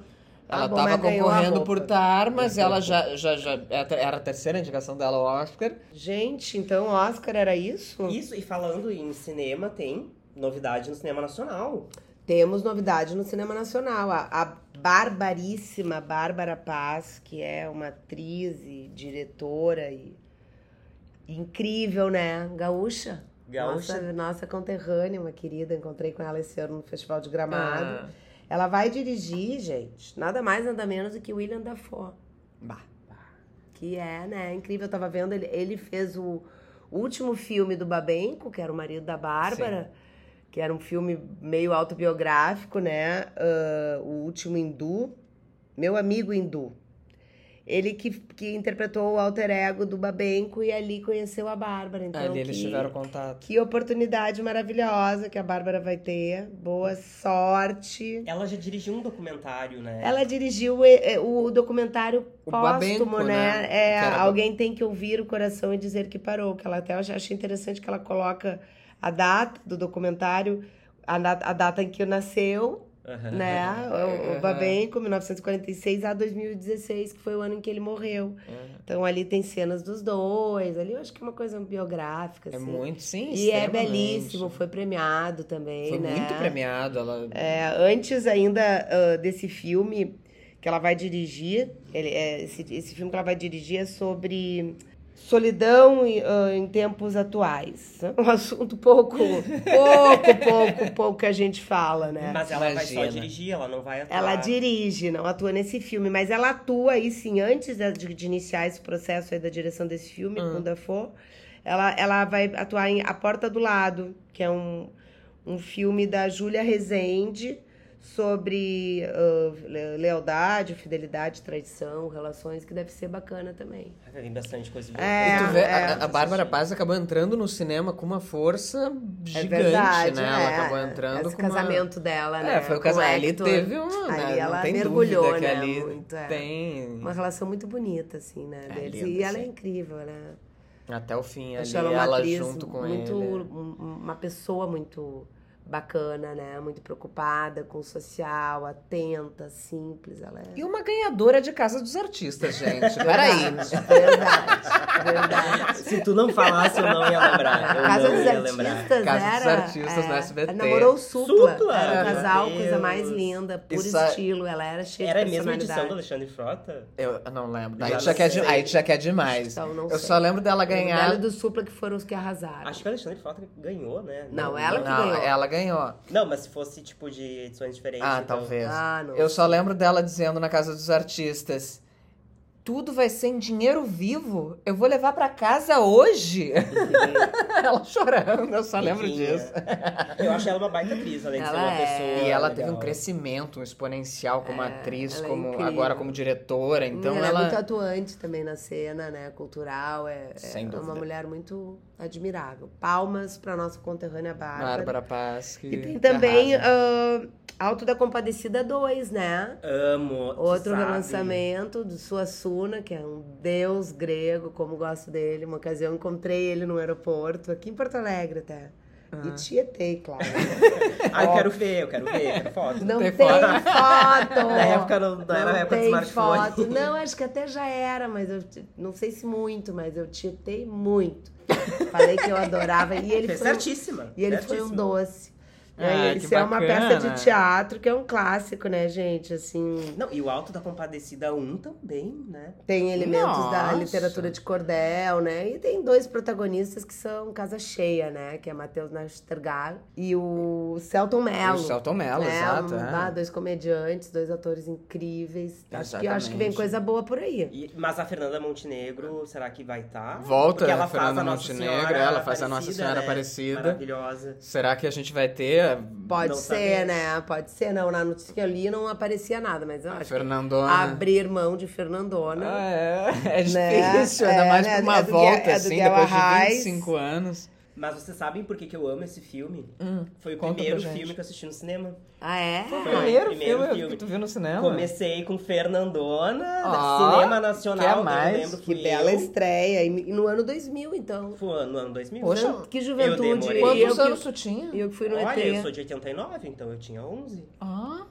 S4: Ah,
S3: Ela
S4: bom,
S3: tava
S4: mas ganhou a
S3: concorrendo
S4: roupa.
S3: por Tar, mas ela já, já, já era a terceira indicação dela ao Oscar.
S4: Gente, então Oscar era isso?
S2: Isso, e falando em cinema, tem novidade no cinema nacional.
S4: Temos novidade no cinema nacional. A, a barbaríssima Bárbara Paz, que é uma atriz e diretora e incrível, né? Gaúcha.
S2: Gaúcha.
S4: Nossa, nossa conterrânea, uma querida. Encontrei com ela esse ano no Festival de
S3: Ah,
S4: Gramado. Ela vai dirigir, gente, nada mais, nada menos do que William Dafoe.
S3: bah.
S4: Que é, né? Incrível, eu tava vendo. Ele, ele fez o último filme do Babenco, que era o marido da Bárbara, que era um filme meio autobiográfico, né? ah, o último hindu, meu amigo hindu. Ele que, que interpretou o alter ego do Babenco e ali conheceu a Bárbara. Então,
S3: Ali eles
S4: que-
S3: tiveram contato.
S4: Que oportunidade maravilhosa que a Bárbara vai ter. Boa sorte.
S2: Ela já dirigiu um documentário, né?
S4: Ela dirigiu eh, eh, o documentário
S3: O
S4: póstumo,
S3: Babenco,
S4: né?
S3: né?
S4: É,
S3: Que era do-
S4: alguém tem que ouvir o coração e dizer que parou. Que ela até eu já achei interessante que ela coloca a data do documentário, a, na- a data em que nasceu,
S2: Aham.
S4: né? O,
S3: Aham.
S4: o Babenco, 1946 a 2016, que foi o ano em que ele morreu.
S3: É,
S4: Então ali tem cenas dos dois. Ali eu acho que é uma coisa biográfica,
S3: é
S4: assim.
S3: muito, sim,
S4: E é
S3: extremamente.
S4: belíssimo, foi premiado também,
S3: Foi
S4: né?
S3: muito premiado. Ela...
S4: É, antes ainda ah, desse filme que ela vai dirigir, ele- é, esse, esse filme que ela vai dirigir é sobre solidão em, ah, em tempos atuais. Um assunto pouco, pouco, pouco, pouco que a gente fala, né?
S2: Mas ela vai
S3: Imagina.
S2: só dirigir, ela não vai atuar.
S4: Ela dirige, não atua nesse filme, mas ela atua aí sim, antes da- de, de iniciar esse processo aí da direção desse filme,
S3: Ah.
S4: com o Dafoe. Ela, ela vai atuar em A Porta do Lado, que é um, um filme da Júlia Rezende sobre ah, le- lealdade, fidelidade, traição, relações, que deve ser bacana também.
S2: Vai vir bastante coisa boa.
S4: É,
S3: E tu vê,
S4: é.
S3: a, a Bárbara Paz acabou entrando no cinema com uma força gigante,
S4: é verdade,
S3: né? Ela
S4: é.
S3: acabou entrando
S4: Esse
S3: com uma...
S4: casamento dela, né?
S3: É, foi o
S4: com
S3: casamento. Ali
S4: Hector.
S3: teve uma. né,
S4: Ali ela
S3: não tem
S4: mergulhou,
S3: dúvida que
S4: né,
S3: ali
S4: muito, é.
S3: tem.
S4: Uma relação muito bonita, assim, né?
S3: É,
S4: deles.
S3: linda,
S4: e ela é
S3: sim.
S4: incrível, né?
S3: Até o fim, ali,
S4: Acho ela uma
S3: ela
S4: atriz
S3: junto com
S4: muito,
S3: ele.
S4: um- uma pessoa muito bacana, né? Muito preocupada com o social, atenta, simples, ela é.
S3: E é uma ganhadora de Casa dos Artistas, gente. Peraí.
S4: Verdade, verdade.
S2: Se tu não falasse, eu não ia lembrar. Eu
S4: Casa
S2: não
S4: dos
S2: ia
S4: Artistas
S2: lembrar.
S3: Casa
S4: era...
S3: dos Artistas
S4: é,
S3: no SBT.
S4: ela Namorou o Supla.
S2: Supla,
S4: Era um
S2: meu
S4: casal, coisa
S2: Deus.
S4: mais linda, puro
S3: Isso- é-
S4: estilo. Ela era cheia
S2: Era a
S4: de
S2: mesma
S4: personalidade.
S2: edição do Alexandre Frota?
S3: Eu não lembro.
S2: Já
S3: Aí
S2: não
S3: tu já, quer, de-
S2: sei.
S3: aí tu já quer demais.
S4: Então, não
S3: Eu
S4: sei.
S3: só lembro dela
S4: Lembro
S3: ganhar.
S4: dela e do Supla que foram os que arrasaram.
S2: Acho que o Alexandre Frota ganhou, né?
S4: Não, ela que
S3: Não,
S4: ganhou.
S3: ela ganhou.
S2: Não, mas se fosse tipo de edições diferentes.
S3: Ah,
S2: então-
S3: talvez.
S4: Ah, não.
S3: Eu só lembro dela dizendo na Casa dos Artistas: Tudo vai ser em dinheiro vivo? Eu vou levar pra casa hoje? ela chorando, eu só lembro
S2: Enfim,
S3: disso.
S2: é. Eu acho ela uma baita atriz, além de ser
S4: Ela
S2: uma
S4: é.
S2: pessoa.
S3: E ela teve
S2: legal.
S3: um crescimento um exponencial como
S4: É,
S3: atriz,
S4: ela é
S3: como
S4: incrível.
S3: agora como diretora. Então
S4: ela,
S3: ela.
S4: é muito atuante também na cena, né? Cultural, é, é
S3: Sem
S4: uma
S3: dúvida.
S4: mulher muito admirável. Palmas para nossa conterrânea Bárbara.
S3: Bárbara Paz. Que
S4: E tem também
S3: arrasa.
S4: ah, Alto da Compadecida 2, né?
S3: É,
S2: Amo. tu
S4: Outro
S2: sabe.
S4: relançamento do Suassuna, que é um deus grego, como gosto dele. Uma ocasião eu encontrei ele no aeroporto, aqui em Porto Alegre até. E tietei, claro.
S2: Ah, eu quero ver, eu quero ver, eu quero foto.
S4: Não tem,
S3: Tem
S4: foto.
S3: foto.
S2: Na época não, não era a época do
S4: tem
S2: smartphone.
S4: foto. Não, acho que até já era, mas eu ti- não sei se muito, mas eu tietei muito. Falei que eu adorava. E ele
S2: Fez
S4: foi, um
S2: certíssima.
S4: e ele foi
S2: certíssima.
S4: um doce.
S3: Ah,
S4: É,
S3: que
S4: Isso é uma peça
S3: bacana.
S4: de teatro que é um clássico, né, gente? Assim,
S2: Não, e o Alto da Compadecida 1 também, né?
S4: tem elementos da
S3: Nossa.
S4: literatura de cordel, né? E tem dois protagonistas que são casa cheia, né? Que é Matheus Nastergal e o Celton
S3: O
S4: Mello.
S3: Celton Mello,
S4: né?
S3: exato.
S4: Um-
S3: é.
S4: ah, dois comediantes, dois atores incríveis. Acho que, acho que vem
S3: Exatamente.
S4: coisa boa por aí.
S2: E- mas a Fernanda Montenegro, será que vai estar?
S3: Volta,
S2: Porque ela
S3: né, Fernanda
S2: faz a Nossa
S3: Montenegro,
S2: Senhora
S3: ela faz a Nossa Senhora
S2: né?
S3: Aparecida.
S2: Maravilhosa.
S3: Será que a gente vai ter.
S4: Pode
S2: Não
S4: ser,
S2: sabemos.
S4: né? Pode ser, não. Na notícia que eu li não aparecia nada, mas eu acho que
S3: Fernandona.
S4: abrir mão de Fernandona.
S3: Ah, é, é
S4: Né?
S3: difícil, ainda
S4: É,
S3: mais
S4: né?
S3: pra uma
S4: É do
S3: volta,
S4: Guel- é do
S3: assim,
S4: Guel
S3: depois
S4: Arraes.
S3: de 25 anos.
S2: Mas vocês sabem por que, que eu amo esse filme?
S3: Hum,
S2: Foi o
S3: conta pra
S2: primeiro
S3: gente.
S2: filme que eu assisti no cinema.
S4: Ah, é?
S2: Foi.
S3: Primeiro,
S2: primeiro
S3: filme,
S2: filme.
S3: que tu viu no cinema?
S2: Comecei com Fernandona,
S3: Ó,
S2: cinema nacional,
S3: quer mais?
S2: eu lembro,
S4: Que
S2: fui
S4: bela
S2: eu.
S4: estreia. E no ano 2000, então.
S2: Foi no ano 2000.
S3: Poxa,
S4: Gente, que juventude.
S2: eu demorei.
S4: E eu,
S3: Quantos
S4: que-
S3: anos tu tinha?
S4: e eu que fui no
S2: Olha,
S4: ET.
S2: eu sou de 89, então eu tinha 11.
S3: Ah.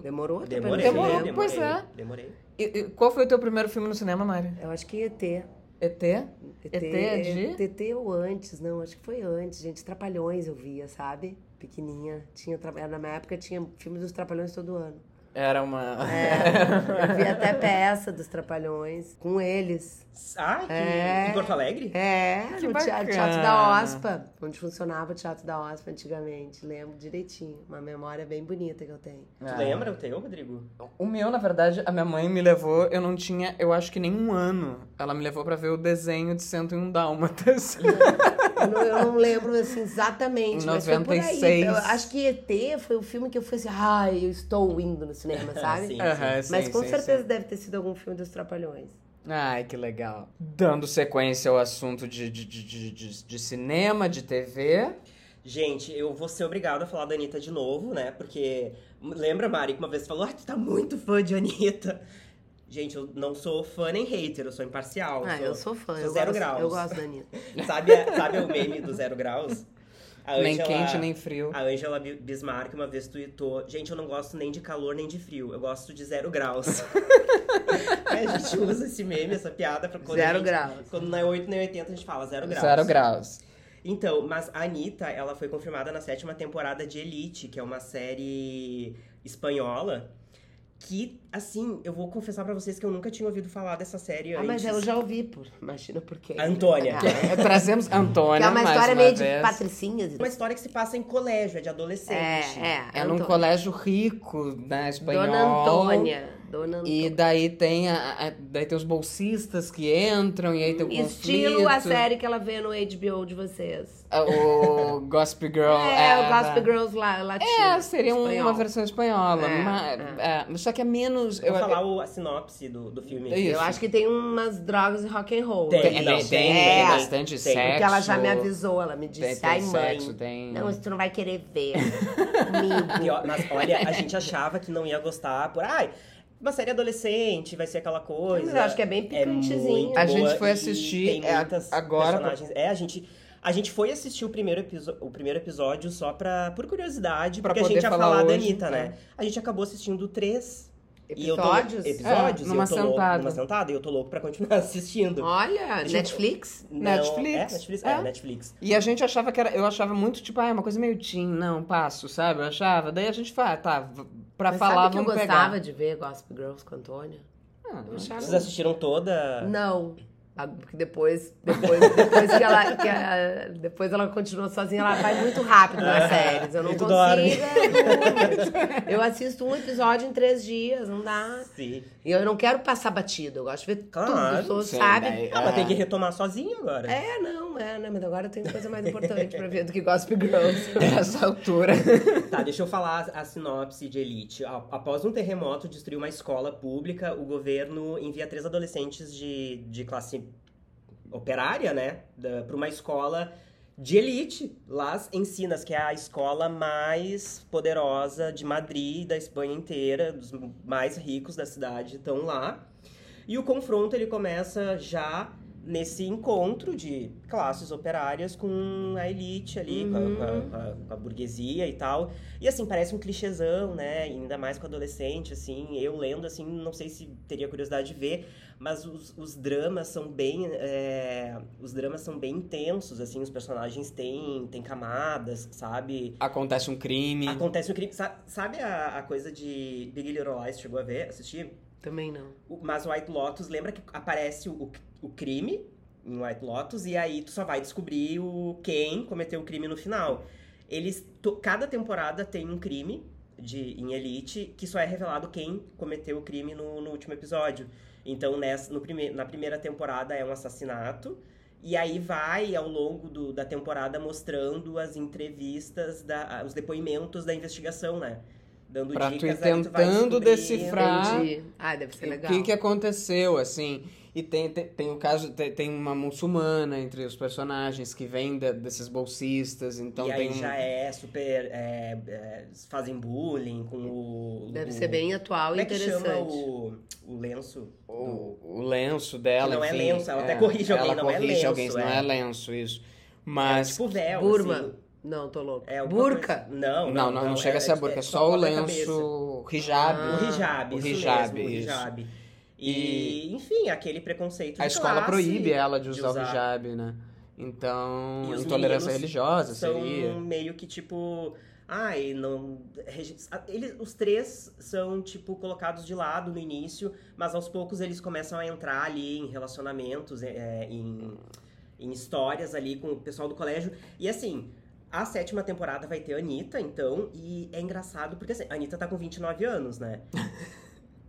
S4: Demorou? até pra
S2: Demorei,
S4: mim,
S3: Demorou,
S4: né?
S2: demorei,
S3: pois é.
S2: Demorei.
S3: E, e qual foi o teu primeiro filme no cinema, Mari?
S4: Eu acho que ET. ET,
S3: ET? é de?
S4: ET ou antes, não. Acho que foi antes, gente. Trapalhões eu via, sabe? Pequeninha. Tinha, tra- na minha época tinha filmes dos Trapalhões todo ano.
S3: Era uma...
S4: É, eu vi até peça dos Trapalhões com eles.
S2: Ah, que,
S4: É.
S2: em Porto Alegre?
S4: É,
S3: Que
S4: no teatro,
S3: bacana.
S4: Teatro da Ospa, onde funcionava o Teatro da Ospa antigamente. Lembro direitinho. Uma memória bem bonita que eu tenho.
S3: É.
S2: Tu lembra o teu, Rodrigo?
S3: O meu, na verdade, a minha mãe me levou, eu não tinha, eu acho que nem um ano. Ela me levou pra ver o desenho de 101 Dálmatas.
S4: Eu não, eu não lembro assim, exatamente, mas foi por aí.
S3: 96.
S4: Eu acho que ET foi o filme que eu fui assim, ai, eu estou indo no cinema, sabe?
S2: Sim.
S3: Aham,
S4: Mas
S3: sim,
S4: com
S3: sim,
S4: certeza
S3: sim.
S4: deve ter sido algum filme dos Trapalhões.
S3: Ai, que legal. Dando sequência ao assunto de, de, de, de, de- de cinema, de TV.
S2: Gente, eu vou ser obrigado a falar da Anitta de novo, né? Porque lembra, Mari, que uma vez falou: ah, tu tá muito fã de Anitta. Gente, eu não sou fã nem hater, eu sou imparcial.
S4: Ah, eu sou fã,
S2: sou
S4: eu
S2: zero
S4: gosto,
S2: graus.
S4: eu gosto da Anitta.
S2: Sabe, a- sabe o meme do Zero Graus?
S4: Ah,
S2: A
S3: nem
S2: Ângela-
S3: quente, nem frio.
S2: A Angela Bi- Bismarck uma vez tweetou: Gente, eu não gosto nem de calor nem de frio, eu gosto de zero graus. Aí a gente usa esse meme, essa piada, pra quando. a
S4: Zero
S2: gente-
S4: graus.
S2: Quando não é 8 nem 80, a gente fala zero graus.
S3: Zero graus.
S2: Então, mas a Anitta, ela foi confirmada na sétima temporada de Elite, que é uma série espanhola. Que, assim, eu vou confessar pra vocês que eu nunca tinha ouvido falar dessa série
S4: Ah,
S2: antes.
S4: mas eu já ouvi, por, imagina por quê.
S2: A Antônia.
S4: Ah,
S3: É, Trazemos Antônia.
S4: que é uma
S3: mais
S4: história
S3: uma
S4: meio de
S3: vez.
S4: patricinhas. e
S2: Uma história que se passa em colégio, é de adolescente.
S4: É, é.
S3: É num
S4: Antônia.
S3: colégio rico, né, espanhol.
S4: Dona Antônia.
S3: E
S4: Dona Antônia.
S3: daí tem, a- a- daí tem os bolsistas que entram, e aí tem o
S4: Estilo a
S3: conflito.
S4: série que ela vê no HBO de vocês.
S3: Ah, O Gossip Girl.
S4: é, o
S3: da-
S4: Gossip Girls lá, latino.
S3: É, seria um-
S4: espanhol.
S3: uma versão espanhola.
S4: É,
S3: ma- é, mas só que é menos.
S2: Vou falar o- a sinopse do, do filme.
S3: Isso.
S4: Eu acho que tem umas drogas e rock and roll.
S2: Tem,
S4: né?
S3: tem, tem,
S2: não,
S3: tem,
S4: é,
S3: bastante
S2: tem.
S3: sexo.
S4: Porque ela já me avisou, ela me
S3: Tem,
S4: disse,
S3: tem
S4: ai mãe,
S3: sexo, tem.
S4: não, assim, isso tu não vai querer ver comigo.
S2: Pior- mas olha, a gente achava que não ia gostar por. Ai, uma série adolescente, vai ser aquela coisa.
S4: Mas eu acho que é bem picantezinho.
S2: muito
S3: A gente
S2: boa
S3: foi
S2: e
S3: assistir,
S2: Tem
S3: é,
S2: muitas
S3: agora-
S2: personagens. É, a gente. A gente foi assistir o primeiro, episo- o primeiro episódio só pra, por curiosidade,
S3: Pra
S2: porque a
S3: poder
S2: gente ia
S3: falar
S2: falar da
S3: hoje,
S2: Anitta,
S3: é.
S2: né? A gente acabou assistindo três e eu tô-
S4: Episódios?
S2: episódios,
S3: É,
S2: e
S3: numa
S2: eu tô
S3: sentada.
S2: Louco, numa sentada, e eu tô louco pra continuar assistindo.
S4: Olha, né?
S2: Gente,
S4: Netflix?
S2: Não-
S3: Netflix.
S2: É, Netflix.
S3: É.
S2: É, Netflix.
S3: E a gente achava que era. Eu achava muito, tipo, ah, é uma coisa meio teen, não, passo, sabe? Eu achava. Daí a gente fala, tá, v- pra
S4: Mas
S3: falar,
S4: sabe que eu
S3: vamos
S4: gostava
S3: pegar.
S4: de ver Gossip Girls com a Antônia?
S3: Ah,
S4: Eu achava-
S2: Vocês assistiram toda?
S4: Não. Ah, Porque depois, depois, depois que ela. que a- depois ela continuou sozinha, ela vai muito rápido nas séries. Eu não
S2: É. E tu
S4: consigo.
S2: dorme.
S4: é, não. Eu assisto um episódio em três dias, não dá.
S2: Sim.
S4: E eu não quero passar batido, eu gosto de ver
S2: Claro,
S4: tudo, sou,
S3: sim,
S4: sabe?
S3: daí-
S2: Ah, mas
S3: Ah.
S2: tem que retomar sozinho agora.
S4: É, não, é, né? Mas agora eu tenho coisa mais importante pra ver do que Gossip Girls.
S3: Nessa altura.
S2: Tá, deixa eu falar a sinopse de Elite. A- Após um terremoto destruir uma escola pública, o governo envia três adolescentes de, de classe operária, né? Da, pra uma escola de elite, Las Encinas, que é a escola mais poderosa de Madrid, da Espanha inteira, dos mais ricos da cidade estão lá. E o confronto ele começa já nesse encontro de classes operárias com a elite ali, com, a, com a- com a- com a burguesia e tal. E assim, parece um clichêzão, né? Ainda mais com adolescente, assim. Eu lendo, assim, não sei se teria curiosidade de ver, mas os, os dramas são bem. é, os dramas são bem intensos, assim, os personagens têm, têm camadas, sabe?
S3: Acontece um crime.
S2: Acontece um crime. Sa- Sabe a, a coisa de Big Little Lies? Chegou a ver, assistir?
S4: Também não.
S2: O- Mas o White Lotus, lembra que aparece o, o- o crime em White Lotus e aí tu só vai descobrir o quem cometeu o crime no final. Eles to- cada temporada tem um crime de em Elite que só é revelado quem cometeu o crime no, no último episódio. Então nessa no prime, na primeira temporada é um assassinato e aí vai ao longo do- da temporada mostrando as entrevistas da- os depoimentos da investigação, né? Dando
S3: Pra tu ir
S2: dicas aí tu vai
S3: tentando
S2: descobrindo.
S3: decifrar
S4: Entendi. Ah,
S2: é
S4: deve ser
S3: O
S4: legal.
S3: que que aconteceu, assim? E tem, tem, tem o caso, tem, tem uma muçulmana entre os personagens que vem da- desses bolsistas, então
S2: e
S3: tem
S2: aí
S3: um-
S2: já é super. é, é, fazem bullying com o.
S4: Deve
S2: o-
S4: ser bem atual
S2: Como
S4: e
S2: é que chama
S4: interessante.
S2: o, o lenço?
S3: o, o lenço dela.
S2: Que não é
S3: enfim,
S2: lenço, ela até corrige alguém,
S3: ela
S2: não é
S3: corrige
S2: lenço,
S3: alguém, não
S2: é.
S3: é lenço, isso.
S2: É
S3: Mas
S2: tipo véu.
S4: Burma.
S2: assim.
S4: Não, tô louca.
S2: É alguma
S4: Burca.
S2: coisa- Não, tipo,
S3: Não, não, não, chega a ser a burca, é, só o lenço hijab.
S4: Ah.
S2: O hijab,
S3: O
S2: isso
S3: hijab,
S2: mesmo, o
S3: isso.
S2: hijab. Então, E, enfim, aquele preconceito de
S3: A escola
S2: classe,
S3: proíbe ela de usar,
S2: ah, usar.
S3: o hijab, né? Então,
S2: E os
S3: intolerância
S2: meninos
S3: religiosa
S2: são
S3: seria.
S2: meio que tipo. Ai, não. regi- ah, Eles, os três são, tipo, colocados de lado no início, mas aos poucos eles começam a entrar ali em relacionamentos, é, em, em histórias ali com o pessoal do colégio. E assim, a sétima temporada vai ter a Anitta, então, e é engraçado porque assim, a Anitta tá com 29 anos, né?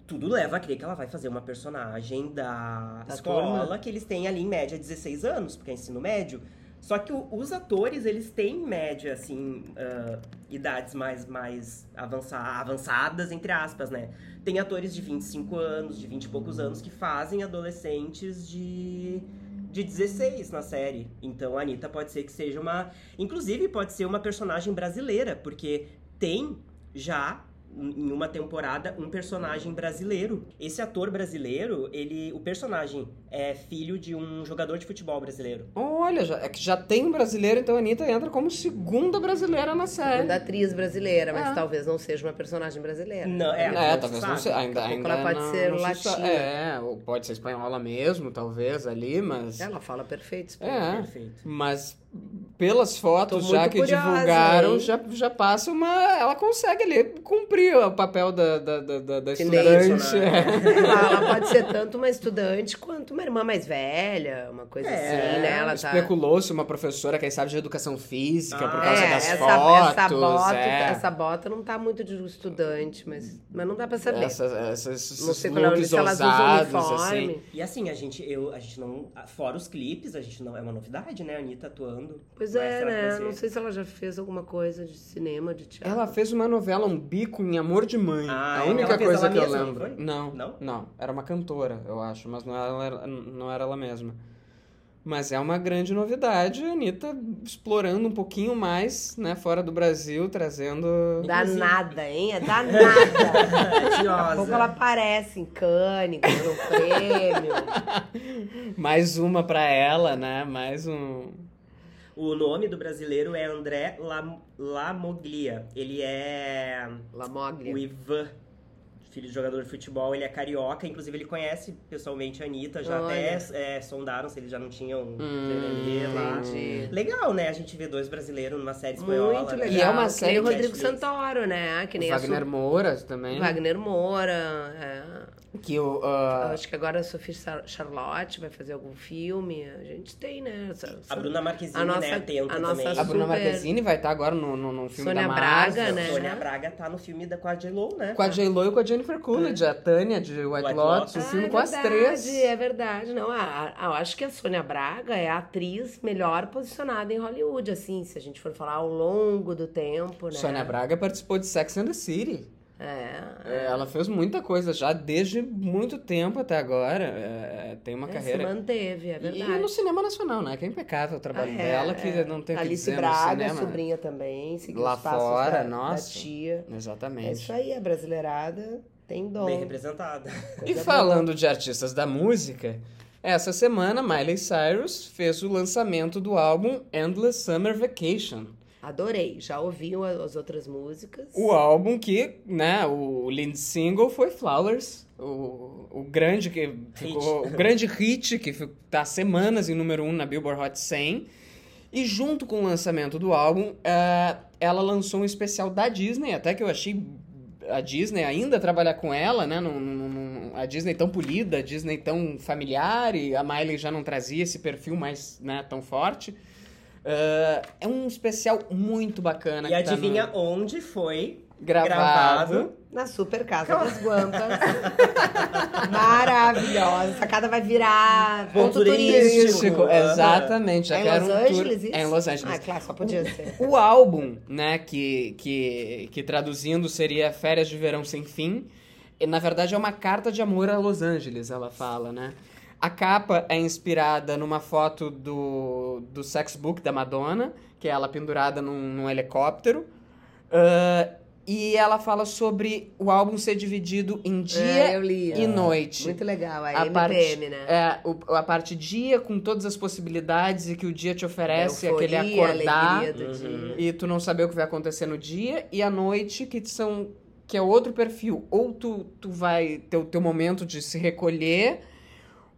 S2: Tudo leva a crer que ela vai fazer uma personagem da,
S4: Da
S2: escola
S4: turma.
S2: que eles têm ali em média 16 anos, porque é ensino médio. Só que o- os atores, eles têm, em média, assim, ah, idades mais, mais avança- avançadas, entre aspas, né? Tem atores de 25 anos, de 20 e poucos anos, que fazem adolescentes de, de 16 na série. Então a Anitta pode ser que seja uma. Inclusive, pode ser uma personagem brasileira, porque tem já em em uma temporada um personagem brasileiro. Esse ator brasileiro, ele, o personagem é filho de um jogador de futebol brasileiro.
S3: Olha, já, é que já tem um brasileiro, então a Anitta entra como segunda brasileira na série.
S4: Da atriz brasileira, mas
S3: É.
S4: talvez não seja uma personagem brasileira.
S2: Não, é,
S3: É,
S2: não se
S3: talvez não
S2: sabe.
S3: seja. Ainda,
S4: Daqui a
S3: ainda
S4: pouco ela pode
S3: não-
S4: ser um
S3: não se sa-
S4: latina.
S3: É, ou pode ser espanhola mesmo, talvez, ali, mas.
S4: Ela fala perfeito espanhol.
S3: É.
S2: Perfeito.
S3: Mas pelas fotos
S4: Tô
S3: já
S4: muito
S3: que
S4: curiosa,
S3: divulgaram,
S4: hein?
S3: já, já passa uma. Ela consegue ali cumprir o papel da, da, da, da- da
S4: Silêncio,
S3: estudante. é.
S4: Ela ela pode ser tanto uma estudante quanto uma irmã mais velha, uma coisa
S2: É,
S4: assim, né? Ela tá.
S3: Especulou-se uma professora, quem sabe, de educação física, por
S2: Ah,
S3: causa
S4: é,
S3: das
S4: essa,
S3: fotos.
S4: essa, bota,
S3: é.
S4: essa bota não tá muito de estudante, mas, mas não dá pra saber.
S3: Essas, essas,
S4: não
S3: esses
S4: sei qual é o
S3: looks
S4: se elas usam
S3: ousados,
S4: uniforme.
S3: assim.
S2: E assim, a gente, eu, a gente não. Fora os clipes, a gente não. É uma novidade, né? A Anitta atuando.
S4: Pois
S2: Mas
S4: é,
S2: será que vai
S4: né?
S2: ser?
S4: Não sei se ela já fez alguma coisa de cinema, de teatro.
S3: Ela fez uma novela, um bico em Amor de Mãe.
S2: Ah,
S3: a
S2: ela
S3: única
S2: fez
S3: coisa
S2: ela
S3: que eu
S2: mesma, não
S3: lembro.
S2: foi?
S3: Não,
S2: Não?
S3: Era uma cantora, eu acho, mas não era, não era ela mesma. Mas é uma grande novidade, a Anitta explorando um pouquinho mais, né, fora do Brasil, trazendo.
S4: Danada, hein? É danada.
S2: É,
S4: Daqui a pouco ela
S2: Tadiosa.
S4: aparece em Cannes, ganhando um prêmio.
S3: Mais uma pra ela, né? Mais um.
S2: O nome do brasileiro é André Lam- Lamoglia. Ele é o
S4: Lamoglia.
S2: Ivan, filho de jogador de futebol. Ele é carioca, inclusive ele conhece pessoalmente a Anitta. Já
S4: Olha.
S2: até é, sondaram se eles já não tinham
S3: Hum,
S2: tererê lá.
S4: Entendi.
S2: Legal, né? A gente vê dois brasileiros numa série espanhola.
S4: Muito
S2: né?
S4: legal.
S3: E é uma
S4: Que
S3: série
S4: nem o Rodrigo
S2: Netflix.
S4: Santoro, né? Que nem
S3: Wagner Moura também.
S4: a Su... Wagner Moura. é.
S3: Que o. ah,
S4: Acho que agora a Sophie Char- Charlotte vai fazer algum filme. A gente tem, né? Essa- essa-
S2: A Bruna Marquezine,
S4: A nossa-
S2: né? Tenta
S4: a nossa
S2: também.
S3: a Bruna
S4: super-
S3: Marquezine vai estar agora no, no, num filme
S4: Sônia
S3: da
S4: Braga,
S3: Marvel.
S4: né?
S2: Sônia Braga tá no filme da Quad Low, né?
S3: Com a J-Lo e com a Jennifer Coolidge, a Tânia de White,
S2: White
S3: Lotus,
S2: Lotus.
S3: o
S4: Ah,
S3: filme
S4: é
S3: com as
S4: verdade,
S3: três.
S4: É verdade, não. a- a- eu acho que a Sônia Braga é a atriz melhor posicionada em Hollywood, assim, se a gente for falar ao longo do tempo, né?
S3: Sônia Braga participou de Sex and the City.
S4: É.
S3: É, Ela fez muita coisa já desde muito tempo até agora. É, é, tem uma
S4: É,
S3: carreira.
S4: Se manteve, é
S3: E-
S4: verdade.
S3: E no cinema nacional, né? Que é impecável o trabalho
S4: Ah, é,
S3: dela,
S4: é.
S3: que não tem o que
S4: Alice
S3: dizer no
S4: Braga,
S3: cinema. né?
S4: sobrinha também, seguiu
S3: Lá
S4: os passos
S3: fora,
S4: da,
S3: nossa.
S4: da tia. É
S3: Exatamente.
S4: isso aí, a brasileirada tem dom.
S2: Bem representada.
S3: E falando de artistas da música, essa semana Miley Cyrus fez o lançamento do álbum Endless Summer Vacation.
S4: Adorei, já ouvi o- as outras músicas.
S3: O álbum que, né, o lead single foi Flowers, o, o grande que ficou, o grande hit que fi- tá semanas em número 1 um na Billboard Hot 100. E junto com o lançamento do álbum, eh, ela lançou um especial da Disney, até que eu achei a Disney ainda trabalhar com ela, né? num- num- num- a Disney tão polida, a Disney tão familiar, e a Miley já não trazia esse perfil mais, né, tão forte. Eh, é um especial muito bacana.
S2: E
S3: que tá no-
S2: adivinha onde foi
S3: gravado.
S4: Na super casa das guampas. Maravilhosa. Essa casa vai virar
S2: Ponto
S4: ponto turístico.
S2: turístico,
S3: Uhum. exatamente. Já
S4: É em
S3: quero
S4: Los
S3: um tour-
S4: Angeles, isso?
S3: É em Los Angeles. Um
S4: Ah, claro, só podia ser.
S3: O álbum, né, que, que, que traduzindo seria Férias de Verão Sem Fim, e, na verdade é uma carta de amor a Los Angeles, ela fala, né? A capa é inspirada numa foto do, do sex book da Madonna, que é ela pendurada num, num helicóptero. Ah, e ela fala sobre o álbum ser dividido em dia
S4: É, eu li.
S3: e noite.
S4: Muito legal, a,
S3: A
S4: MPM,
S3: parte-
S4: né?
S3: É, o- a parte dia com todas as possibilidades e que o dia te oferece,
S4: Euforia,
S3: aquele acordar Uhum.
S4: alegria né? do dia.
S3: e tu não saber o que vai acontecer no dia e à noite que são que é outro perfil, ou tu, tu vai ter o teu momento de se recolher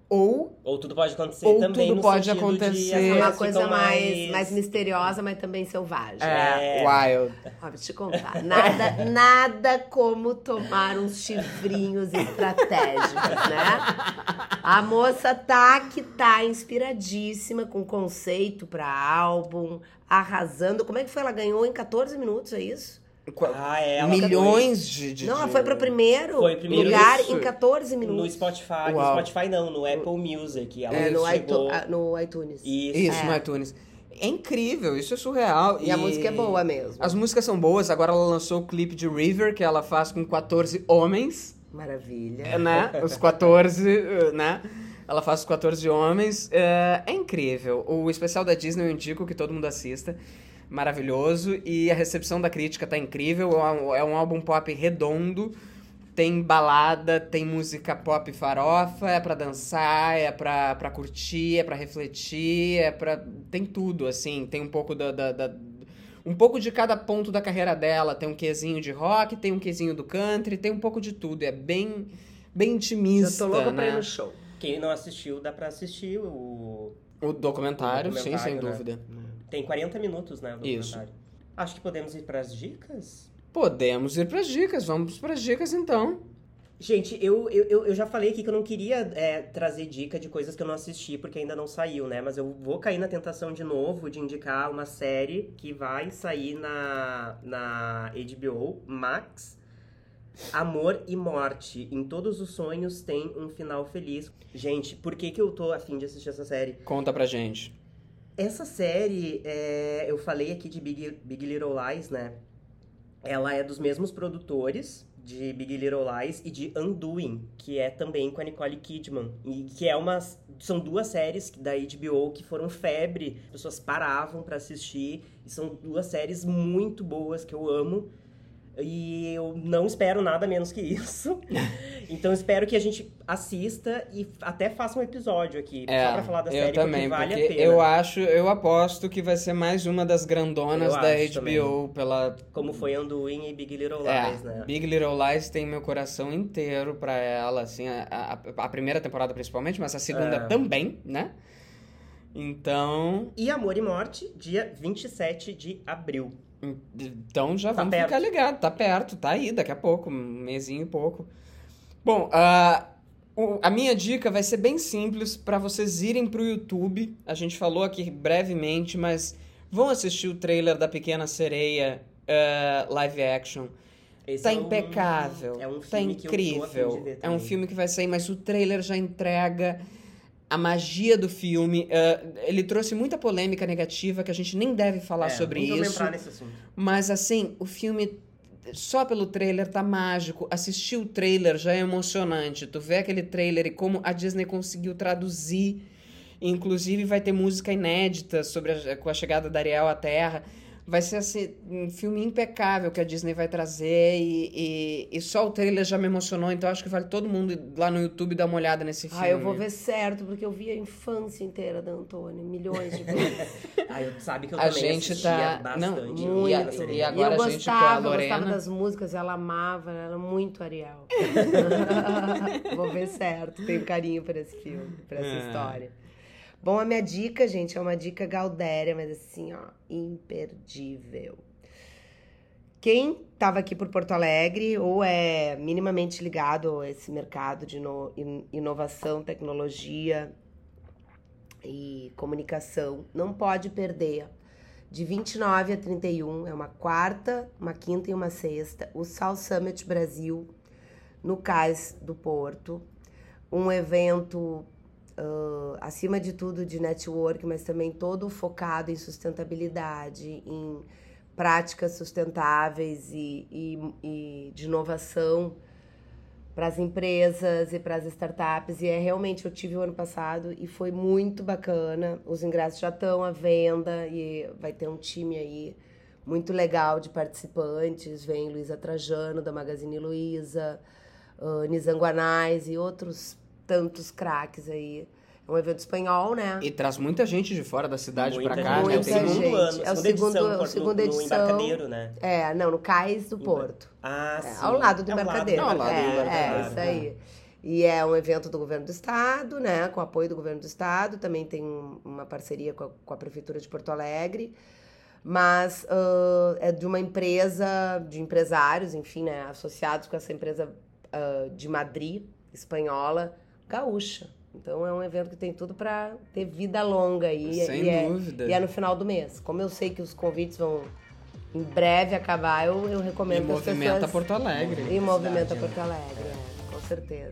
S3: ou
S2: Ou tudo pode acontecer
S3: Ou
S2: também
S3: tudo
S2: no
S3: pode
S2: sentido de
S3: acontecer.
S2: as
S4: É
S2: mulheres
S4: uma
S2: ficam
S4: coisa mais, mais misteriosa, mas também selvagem.
S3: é,
S2: É.
S3: wild.
S4: Ó, vou te contar. Nada, nada como tomar uns chifrinhos estratégicos, né? A moça tá que tá inspiradíssima, com conceito pra álbum, arrasando. Como é que foi? Ela ganhou em 14 minutos, é isso?
S2: Ah, é, ela
S3: Milhões de, de
S4: Não, ela
S3: de-
S4: foi pro primeiro,
S2: Foi primeiro.
S4: lugar
S3: Isso.
S4: em 14
S2: No
S4: minutos.
S2: Spotify, no
S3: Uau.
S2: Spotify não, no Apple Music. Ela
S4: É, no,
S2: chegou...
S4: iTu- ah, no iTunes.
S2: Isso.
S3: Isso, no iTunes. É incrível, isso é surreal.
S4: E, a música é boa mesmo.
S3: As músicas são boas, agora ela lançou o clipe de River, que ela faz com 14 homens,
S4: Maravilha.
S3: né? Os 14, eh, né? Ela faz os 14 homens. É, é incrível. O especial da Disney eu indico que todo mundo assista. Maravilhoso. E a recepção da crítica tá incrível. É um- É um álbum pop redondo. Tem balada, tem música pop farofa, é pra dançar, é pra, pra curtir, é pra refletir, é pra. Tem tudo, assim. Tem um pouco da, da- da- Um pouco de cada ponto da carreira dela. Tem um quesinho de rock, tem um quesinho do country, tem um pouco de tudo. É bem. Bem
S4: Eu
S3: intimista.
S4: tô louca
S3: né?
S4: pra ir no show.
S2: Quem não assistiu, dá pra assistir. O...
S3: O documentário,
S2: O
S3: sim, sem
S2: documentário, né?
S3: dúvida.
S2: Tem 40 minutos, né? O
S3: Isso.
S2: documentário. Acho que podemos ir pras dicas?
S3: Podemos ir pras dicas, vamos pras dicas então.
S2: Gente, eu, eu, eu- eu já falei aqui que eu não queria é, trazer dica de coisas que eu não assisti, porque ainda não saiu, né? Mas eu vou cair na tentação de novo de indicar uma série que vai sair na, na HBO Max. Amor e Morte. Em todos os sonhos tem um final feliz. Gente, por que, que eu tô afim de assistir essa série?
S3: Conta pra gente.
S2: Essa série, é, eu falei aqui de Big, Big Little Lies, né? Ela é dos mesmos produtores de Big Little Lies e de Undoing, que é também com a Nicole Kidman. E que é uma. São duas séries da HBO que foram febre, as pessoas paravam pra assistir. E são duas séries muito boas que eu amo. E eu não espero nada menos que isso. Então espero que a gente assista e até faça um episódio aqui.
S3: É,
S2: só pra falar da
S3: eu
S2: série,
S3: também,
S2: porque vale
S3: porque
S2: a pena.
S3: eu acho, eu aposto que vai ser mais uma das grandonas
S2: Eu
S3: da
S2: acho
S3: HBO pela
S2: Como foi Anduin e Big Little
S3: é,
S2: Lies, né?
S3: Big Little Lies tem meu coração inteiro pra ela, assim, a, a- a primeira temporada principalmente, mas a segunda
S2: É.
S3: também, né? Então,
S2: E Amor e Morte, dia 27 de abril.
S3: Então já
S2: Tá
S3: vamos
S2: perto.
S3: ficar ligado, tá perto, tá aí, daqui a pouco, um mesinho e pouco. Bom, ah, o- a minha dica vai ser bem simples pra vocês irem pro YouTube. A gente falou aqui brevemente, mas vão assistir o trailer da Pequena Sereia ah, live action.
S2: Esse
S3: Tá
S2: é um-
S3: impecável,
S2: é um
S3: tá
S2: filme que eu tô a fim de
S3: incrível.
S2: ver
S3: É um
S2: também.
S3: filme que vai sair, mas o trailer já entrega a magia do filme. Ah, ele trouxe muita polêmica negativa que a gente nem deve falar
S2: É,
S3: sobre
S2: nunca vou
S3: isso.
S2: entrar nesse assunto.
S3: Mas assim, o filme só pelo trailer tá mágico. Assistir o trailer já é emocionante. Tu vê aquele trailer e como a Disney conseguiu traduzir. Inclusive vai ter música inédita sobre a- com a chegada da Ariel à Terra. Vai ser assim, um filme impecável que a Disney vai trazer e, e- e só o trailer já me emocionou, então acho que vale todo mundo ir lá no YouTube dar uma olhada nesse filme.
S4: Ah, eu vou ver certo, porque eu vi a infância inteira da Antônia, milhões de vezes.
S2: Ah, eu, sabe que eu
S3: A
S2: também
S3: gente
S2: assistia
S3: tá-
S2: bastante.
S3: não, e a-
S2: Pequena Sereia.
S3: e agora
S4: eu
S3: a gente com a
S4: gostava, eu
S3: Lorena.
S4: gostava das músicas, ela amava, ela era muito Ariel. Vou ver certo, tenho carinho por esse filme, por essa
S3: É.
S4: história. Bom, a minha dica, gente, é uma dica gaudéria, mas assim, ó, imperdível. Quem estava aqui por Porto Alegre ou é minimamente ligado a esse mercado de ino- in- inovação, tecnologia e comunicação, não pode perder. De 29 a 31, é uma quarta, uma quinta e uma sexta, o South Summit Brasil, no Cais do Porto. Um evento, ãh, acima de tudo, de network, mas também todo focado em sustentabilidade, em práticas sustentáveis e, e- e de inovação para as empresas e para as startups. E é realmente, eu tive o ano passado e foi muito bacana. Os ingressos já estão à venda e vai ter um time aí muito legal de participantes. Vem Luísa Trajano, da Magazine Luiza, uh, Nizanguanais e outros tantos craques aí. É um evento espanhol, né?
S3: E traz muita gente de fora da cidade
S2: Muita
S3: pra cá, né?
S2: gente. É o
S4: Muita
S3: Tem-
S2: segundo
S4: gente.
S2: ano,
S4: É o
S2: segunda edição,
S4: segundo- é o
S2: no-
S4: segunda
S2: no,
S4: edição.
S2: Embarcadeiro, né?
S4: É, não, no Cais do Porto.
S2: Ah,
S4: É,
S2: sim.
S4: ao lado do
S2: É
S4: Embarcadeiro.
S3: ao lado do
S4: é,
S3: Embarcadero,
S4: é, isso
S2: né?
S4: aí. E é um evento do governo do estado, né? Com apoio do governo do estado. Também tem um- uma parceria com a, com a prefeitura de Porto Alegre. Mas ãh, é de uma empresa, de empresários, enfim, né? Associados com essa empresa ãh, de Madrid, espanhola, gaúcha. Então é um evento que tem tudo para ter vida longa aí.
S3: Sem
S4: e é,
S3: dúvida.
S4: e é no final do mês. Como eu sei que os convites vão em breve acabar, eu, eu
S3: E
S4: recomendo que as
S3: movimenta
S4: pessoas...
S3: Porto Alegre.
S4: E movimenta
S2: Cidade, né?
S4: Porto Alegre, é, com certeza.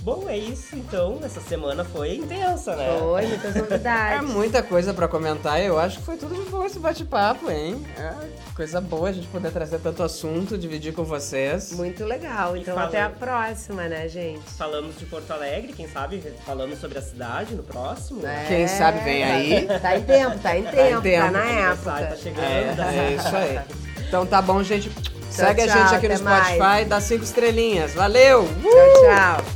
S2: Bom, é isso então. Essa semana foi intensa, né?
S4: Oi, muitas
S3: É
S4: novidades.
S3: muita coisa pra comentar, eu acho que foi tudo de bom esse bate-papo, hein? É coisa boa a gente poder trazer tanto assunto, dividir com vocês.
S4: Muito legal. Então
S2: Falou.
S4: até a próxima, né, gente?
S2: Falamos de Porto Alegre, quem sabe falamos sobre a cidade no próximo. né?
S4: É,
S3: Quem sabe vem aí.
S4: Tá em tempo, tá em tempo, tá,
S3: tempo.
S4: na
S2: Aniversário
S4: época.
S2: tá chegando.
S3: É, é isso aí. Então tá bom, gente. Segue a
S4: tchau,
S3: gente aqui no
S4: até mais.
S3: Spotify, dá cinco estrelinhas. Valeu! Uh!
S4: Tchau, tchau.